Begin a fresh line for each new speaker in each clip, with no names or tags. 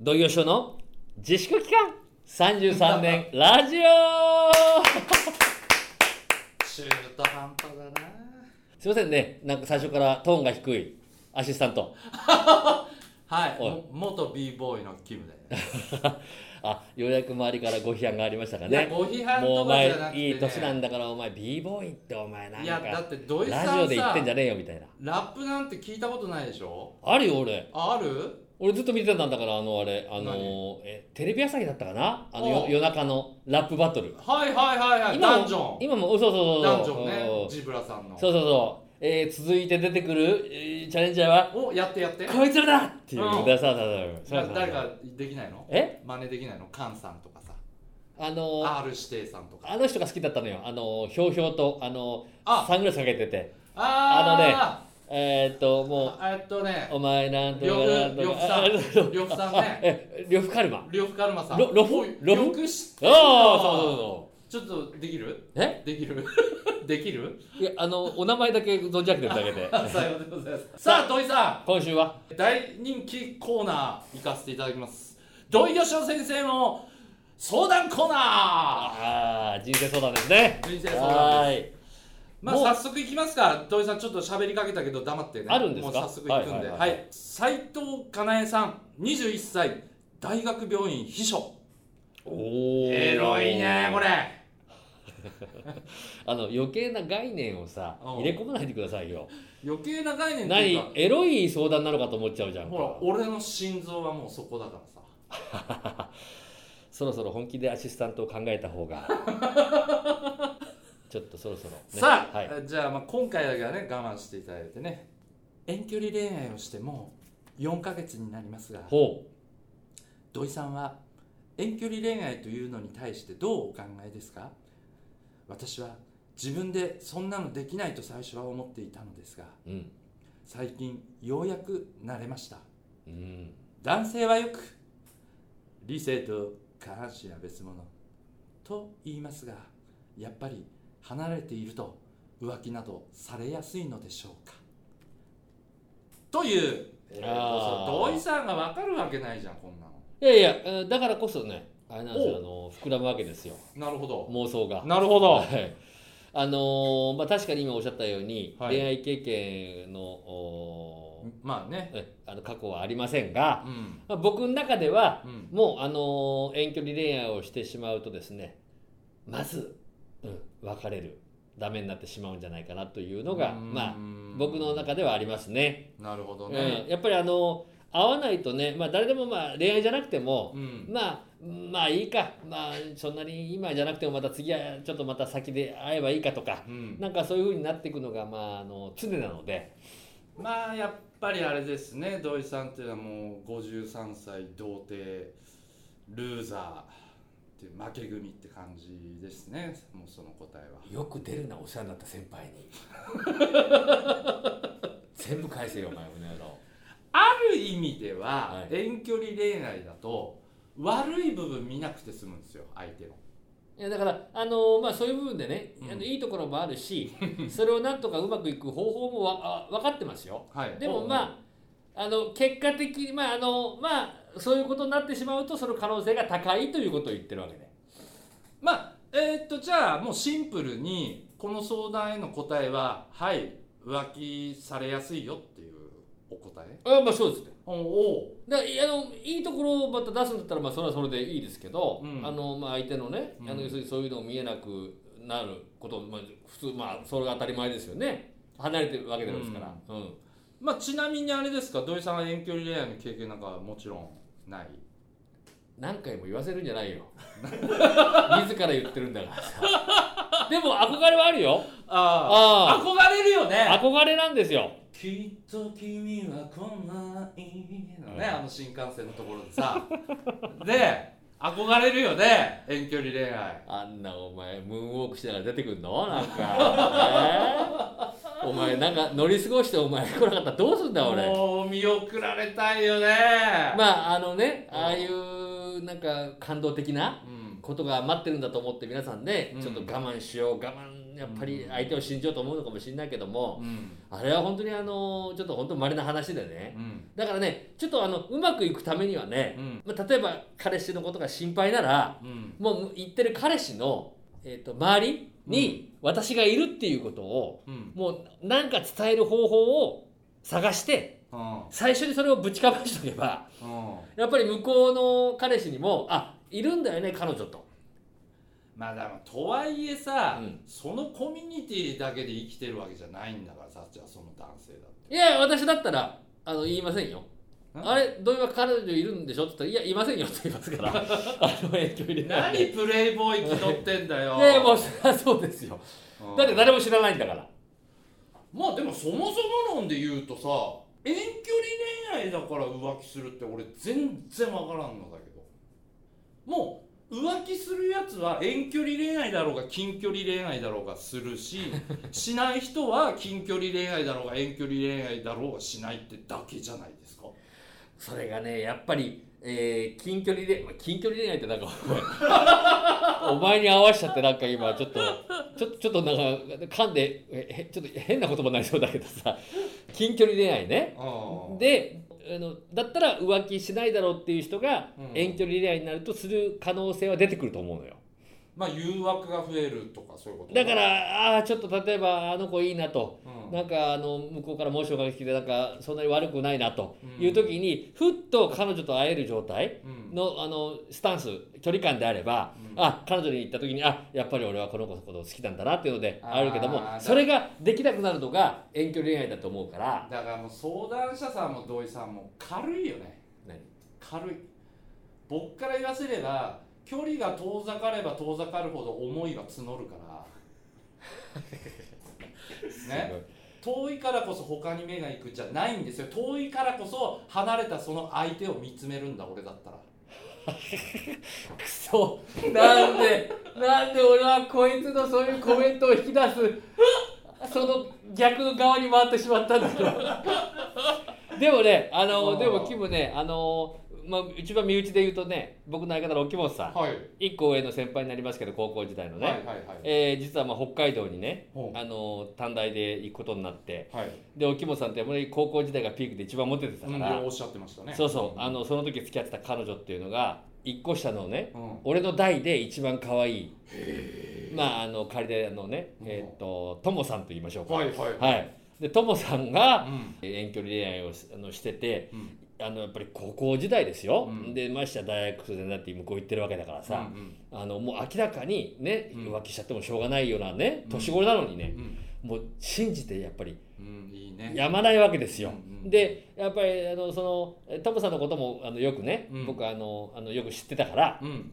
土曜所の自粛期間33年ラジオ
中途半端だな
すいませんねなんか最初からトーンが低いアシスタント
はい
おい
も元 b ボーイのキムだよね
あようやく周りからご批判がありましたか
いや
ね
ご批判
もうお
とかじゃ
前
なくて、ね、
いい年なんだからお前 b ボーイってお前なん
いや
か
だって土井さ
ラ
んさ
ジオで言ってんじゃねえよみたいな
ラップなんて聞いたことないでしょ
あるよ俺
あある
俺ずっと見てたんだからあのあれあの
何
えテレビ朝日だったかなあの
お
よ
う
夜中のラップバトル
はいはいはいはい
今も
ダンジョン
今もおそうそうそうそう
ダンジョン
お
ね
う
ジブラさんの
そうそうそう、えー続いて出てくる、えーチャレンジャーは
おやってやって
こいつらだっていう、
うん
だそうそうそうそう
だ
そう
誰かできないの
え
真似できないのカンさんとかさ
あのー
R 指定さんとか
あの人が好きだったのよあのーひょうひょうとあのー
あ
サングラスかけてて
あ
えー、っと
あ
も
えっとね
うお前なんと
呂
かなん
布
と
呂
か
布さ
ああそうん
呂布さんね
え呂布カルマ
呂布カルマさん
呂呂布
おい
呂布
よく知って
あ
る
あ
な
そうそうそ
ちょっとできる
うえ
できる できる
いやあのお名前だけ存じ上げてるだけで
あさようでございますさあ土井さ
今週は
ん大人気コーナー行かせていただきます土井善雄先生の相談コーナ
ああ人生相談ですね
人生相談です
はーい
ーま
もう
あ早速行きますか土井さんちょっと喋りかけたけど黙ってね
あるんですか
もう早速行くんで
はいはいはい
はい斉藤かなえさん21歳大学病院秘書
おー
エロいねこれ
あの余計な概念をさ
うん
入れ込まないでください よ
余計な概念という
何
か
エロい相談なのかと思っちゃうじゃん
ほら
か
俺の心臓はもうそこだからさ
そろそろ本気でアシスタントを考えた方が ちょっとそろそろね、
さあ、
はい、
じゃあまあ今回だけはね我慢していただいてね遠距離恋愛をしてもう4ヶ月になりますが
ほ
土井さんは遠距離恋愛というのに対してどうお考えですか私は自分でそんなのできないと最初は思っていたのですが
ううん
最近ようやく慣れました
うん
男性はよく理性と下半身は別物と言いますがやっぱり離れていると浮気などされやすいのでしょうかという、えー
あー
そう土井さんが分かるわけないじゃんこんない
やいやえーだからこそねあれなんですよ
お
あの膨らむわけですよ
のなるほど
妄想が
なるほど
はいあのーまあ確かに今おっしゃったように、
はい
恋愛経験のおー
まあね
えあの過去はありませんが、
うん
まあ、僕の中では
うん
もう、あのー遠距離恋愛をしてしまうとですねまず、うん、別れるダメになってしまうんじゃないかなというのがまあ僕の中ではありますね。
なるほど
うん、
ね
やっぱりあの会わないとね、まあ、誰でもまあ恋愛じゃなくても、
うん
まあまあいいか、まあ、そんなに今じゃなくてもまた次はちょっとまた先で会えばいいかとか
うん
なんかそういう風になっていくのが、まあ、あの常なので
まあやっぱりあれですね土井さんっていうのはもう53歳童貞ルーザーっていう負け組って感じですねもうその答えは
よく出るなお世話になった先輩 に全部返せよお前この野郎。
ある意味では
はい
遠距離恋愛だと悪い部分見なくて済むんですよ相手の
いやだから、あのまあ、そういう部分でね、
うん
あのいいところもあるし それをなんとかうまくいく方法もわあ分かってますよ
はい
でもまああの結果的に、まああのまあ、そういうことになってしまうとその可能性が高いということを言ってるわけで
まあえーっとじゃあもうシンプルにこの相談への答えははい浮気されやすいよっていうお答え
あ、まあ、そうですね
おお
だからいやあのいいところをまた出すんだったら、まあ、それはそれでいいですけど、
うん
あのまあ、相手のね、あの
うん
要するにそういうのを見えなくなること、まあ、普通、まあ、それが当たり前ですよね離れてるわけですから。うん
まあちなみにあれですか土井さんは遠距離恋愛の経験なんかはもちろんない
何回も言わせるんじゃない よ自ら言ってるんだからさでも憧れはあるよ
あ
あ
憧れるよ
あ
ね
憧れなんですよ
きっと君は来ないの
うん
ねあの新幹線のところでさで憧れるよね遠距離恋愛
あんなお前ムーンウォークしながら出てくんのなんか、ねお前なんか乗り過ごしてお前来なかったらどうすんだ俺
もう見送られたいよね
まああのね
うん
ああいうなんか感動的な
うん
ことが待ってるんだと思って皆さんね、
うん
ちょっと我慢しよう我慢やっぱり相手を信じようと思うのかもしれないけども、
うん
あれは本当にあのちょっと本当稀な話でね、
うん
だからねちょっとあのうまくいくためにはね、
うん
まあ、例えば彼氏のことが心配なら
うん
もう言ってる彼氏の、えっと周りに私がいるっていうことを、
うん
もうなんか伝える方法を探して
うん
最初にそれをぶちかましとけば
うん
やっぱり向こうの彼氏にもあいるんだよね彼女と。
まあでもとはいえさ、
うん
そのコミュニティだけで生きてるわけじゃないんだからさじゃあその男性だって
いや私だったらあの言いませんよ。
ん
あれどういう彼女いるんでしょって言ったら「いやいませんよ」って言います からあの影響入れない
何プレイボーイ気取ってんだよ
ねもうそりゃそうですよ
うん
だって誰も知らないんだから
まあでもそもそも論で言うとさ遠距離恋愛だから浮気するって俺全然わからんのだけどもう浮気するやつは遠距離恋愛だろうが近距離恋愛だろうがする ししない人は近距離恋愛だろうが遠距離恋愛だろうがしないってだけじゃないですか
それがねやっぱり、えー近距離でまあ近距離恋愛ってなんかお前お前に合わしちゃってなんか今ちょっとちょっとちょっとなんか噛んでえへちょっと変な言葉になりそうだけどさ近距離恋愛ね
あ
であのだったら浮気しないだろうっていう人が
うん
遠距離恋愛になるとする可能性は出てくると思うのよ
まあ誘惑が増えるとかそういうこと
だか、らああーちょっと例えばあの子いいなと
うん
なんかあの向こうから申しをかけてきてなんかそんなに悪くないなと
うん
いう時にふっと彼女と会える状態
うん
のあのスタンス距離感であれば
うん
あ彼女に行った時にあやっぱり俺はこの子のこと好きなんだなっていうので
あー
あるけども
だ
それができなくなるのが遠距離恋愛だと思うから
だからもう相談者さんも土井さんも軽いよね
何
軽い僕から言わせれば距離が遠ざかれば遠ざかるほど思いは募るから ね遠いからこそ他に目が行くじゃないんですよ遠いからこそ離れたその相手を見つめるんだ俺だったら
くそなんでなんで俺はこいつのそういうコメントを引き出すその逆の側に回ってしまったんだけどでもねあ
あ
の
ー
でもキムねあの、まあ、一番身内で言うとね僕の相方の沖本さん、
はい
一1個上の先輩になりますけど高校時代のね、
はいはいはい
えー実はまあ北海道にね
ほう
あの短大で行くことになって
はい
で沖本さんってやっぱり高校時代がピークで一番モテてた
う
か
ん
ら、
おっしゃってましたね
そうそうあのその時付き合ってた彼女っていうのが1個下のね
うん
俺の代で一番可愛いまああの仮であのね
うん
えっ、とともさんと言いましょうか
はいはい
はいでともさん
う
が
ん
遠距離恋愛をしあのしてて
うん
あのやっぱり高校時代ですよ、
うん
でましてや大学生になって向こう行ってるわけだからさ
う、ん
あのもう明らかにね
うん
浮気しちゃってもしょうがないようなね
うん
年頃なのに
う
ね、
ん
もう信じてやっぱり
うんいいね
やまないわけですよ。
うんうん
でやっぱりあのそのトムさんのこともあのよくね、
うん
僕あのあのよく知ってたから
うん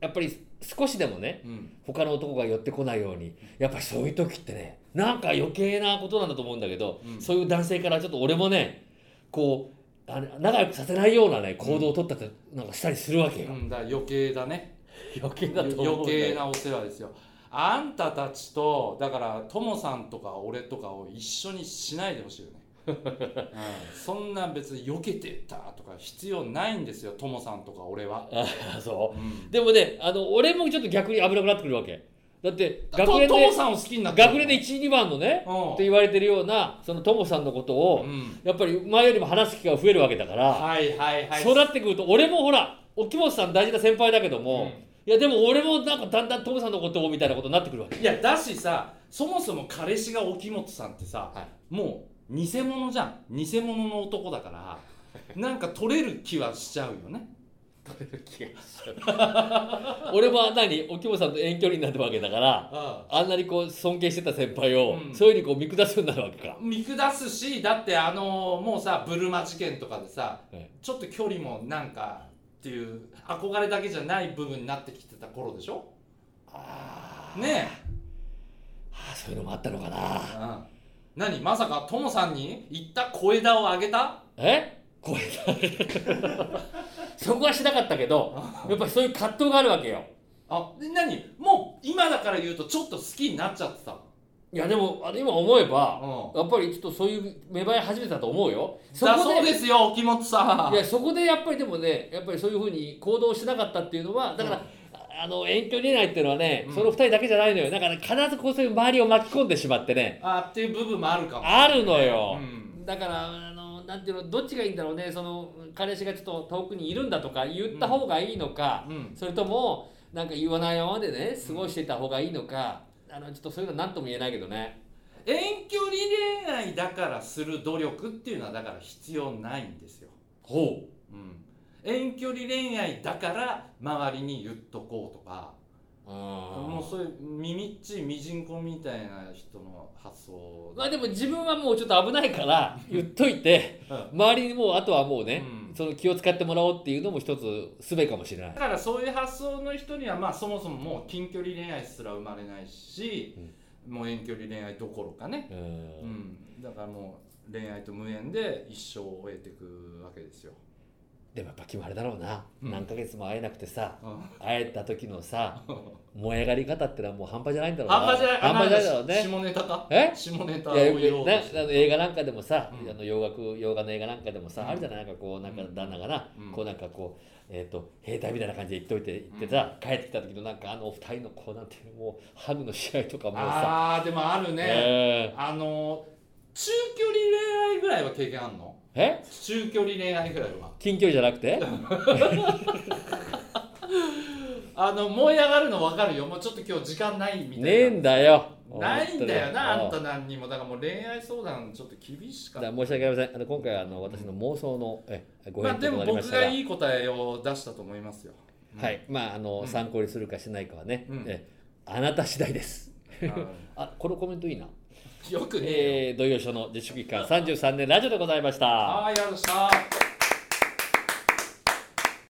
やっぱり少しでもね
うん
他の男が寄ってこないようにやっぱりそういう時ってねなんか余計なことなんだと思うんだけど、
うん
そういう男性からちょっと俺もねこうあの仲良くさせないようなね行動を取ったってなんかしたりするわけよ、
うんだから余計だね
余計だと思うん
余
だ
計
よ
なお世話ですよあんたたちとだからトモさんとか俺とかを一緒にしないでほし いよね、うん、そんな別に避けてたとか必要ないんですよトモさんとか俺は、、
あ そううんでもねあの俺もちょっと逆に危なくなってくるわけだって
学
学年
年でトモ
で
さんを好きになって
学年で12番のね
うん
って言われてるようなそのトモさんのことを
うん
やっぱり前よりも話す機会が増えるわけだから、
はいはいはい
そうなってくると俺もほら沖本さん大事な先輩だけど
うん
も、いやでも俺もなんかだんだんトモさんのことをみたいなことになってくるわ け
いやだしさそもそも彼氏が沖本さんってさ、
は
もう偽物じゃん偽物の男だからなんか取れる気はしちゃうよね
俺も何沖本さんと遠距離になってるわけだから
ああ
あんなにこう尊敬してた先輩を、
うん
そういうふうにこう見下すようになるわけか、
見下すしだってあのもうさブルマ事件とかでさ
はい
ちょっと距離もなんかっていう憧れだけじゃない部分になってきてた頃でしょ
あー
ね
あーそういうのもあったのかな
え、うん、何まさかトモさんに言った小枝をあげた
えこれ そこはしなかったけどやっぱりそういう葛藤があるわけよ
あで何もう今だから言うとちょっと好きになっちゃってた
いやでもあれ今思えば
の、
やっぱりちょっとそういう芽生え始めたと思うよ
うん、
そ
だ
こ
そう
で
ですよ沖本さん
いやそこでやっぱりでもねやっぱりそういうふうに行動しなかったっていうのはだから、あの遠距離恋愛っていうのはね、
うん
その二人だけじゃないのよだから、必ずこうそういう周りを巻き込んでしまってね
あーっていう部分もあるかも
あるのよ、
うん
だからあのなんていうのどっちがいいんだろうねその彼氏がちょっと遠くにいるんだとか言った方がいいのか、
うん
それともなんか言わないままでね過ごしてた方がいいのか、あのちょっとそういうのは何とも言えないけどね
遠距離恋愛だからする努力っていうのはだから必要ないんですよ、
ほ
うん、遠距離恋愛だから周りに言っとこうとか
うあ
もうそういう耳っちいみじんこみたいな人の発想
まあでも自分はもうちょっと危ないから言っといて
うん
周りにもうあとはもうね、
うん
その気を使ってもらおうっていうのも一つすべかもしれない
だからそういう発想の人にはまあそもそももう近距離恋愛すら生まれないし、もう遠距離恋愛どころかね、
う
うんん、だからもう恋愛と無縁で一生を終えていくわけですよ、
でもやっぱ決まりだろうな、
うん
何ヶ月も会えなくてさ
うん
会えた時の さ燃え上がり方ってのはもう半端じゃないんだろうな
半端じゃない
半端じゃないだろうね
下ネタか
え
下ネタを
いやよ
言お
く
うと
ね
して
あの映画なんかでもさ、
うん
あの洋楽洋画の映画なんかでもさ、
うん
あるじゃないなんかこうなんか旦那がな、
うん
こうなんかこう、えー、と兵隊みたいな感じで行っといて行ってさ、帰ってきた時のなんかあのお二人のこうなんていうのもうハグの試合とかもうさ
あーでもあるね、
え
あの中距離恋愛ぐらいは経験あんの
ーえ
中距離恋愛ぐらいは
近距離じゃなく て
あの燃え上がるの分かるよもうちょっと今日時間ないみたいな
ねえんだよ
ないんだよなあん
本当
た
に
何にもだからもう恋愛相談ちょっと厳し
だ
か
か
った
ら申し訳ありませんあの今回はあの私の妄想のえご
まあ
返
で
答と
も
なりまし
僕
たが、
がいい答えを出したと思います よ
はいまああの、
うん
参考にするかしないかはね、
うん
えあなた次第です
あ
あこのコメントいいな
のよくねえよ
えー、土曜所の自粛期間33年ラジオでございました。
はいありがとうございました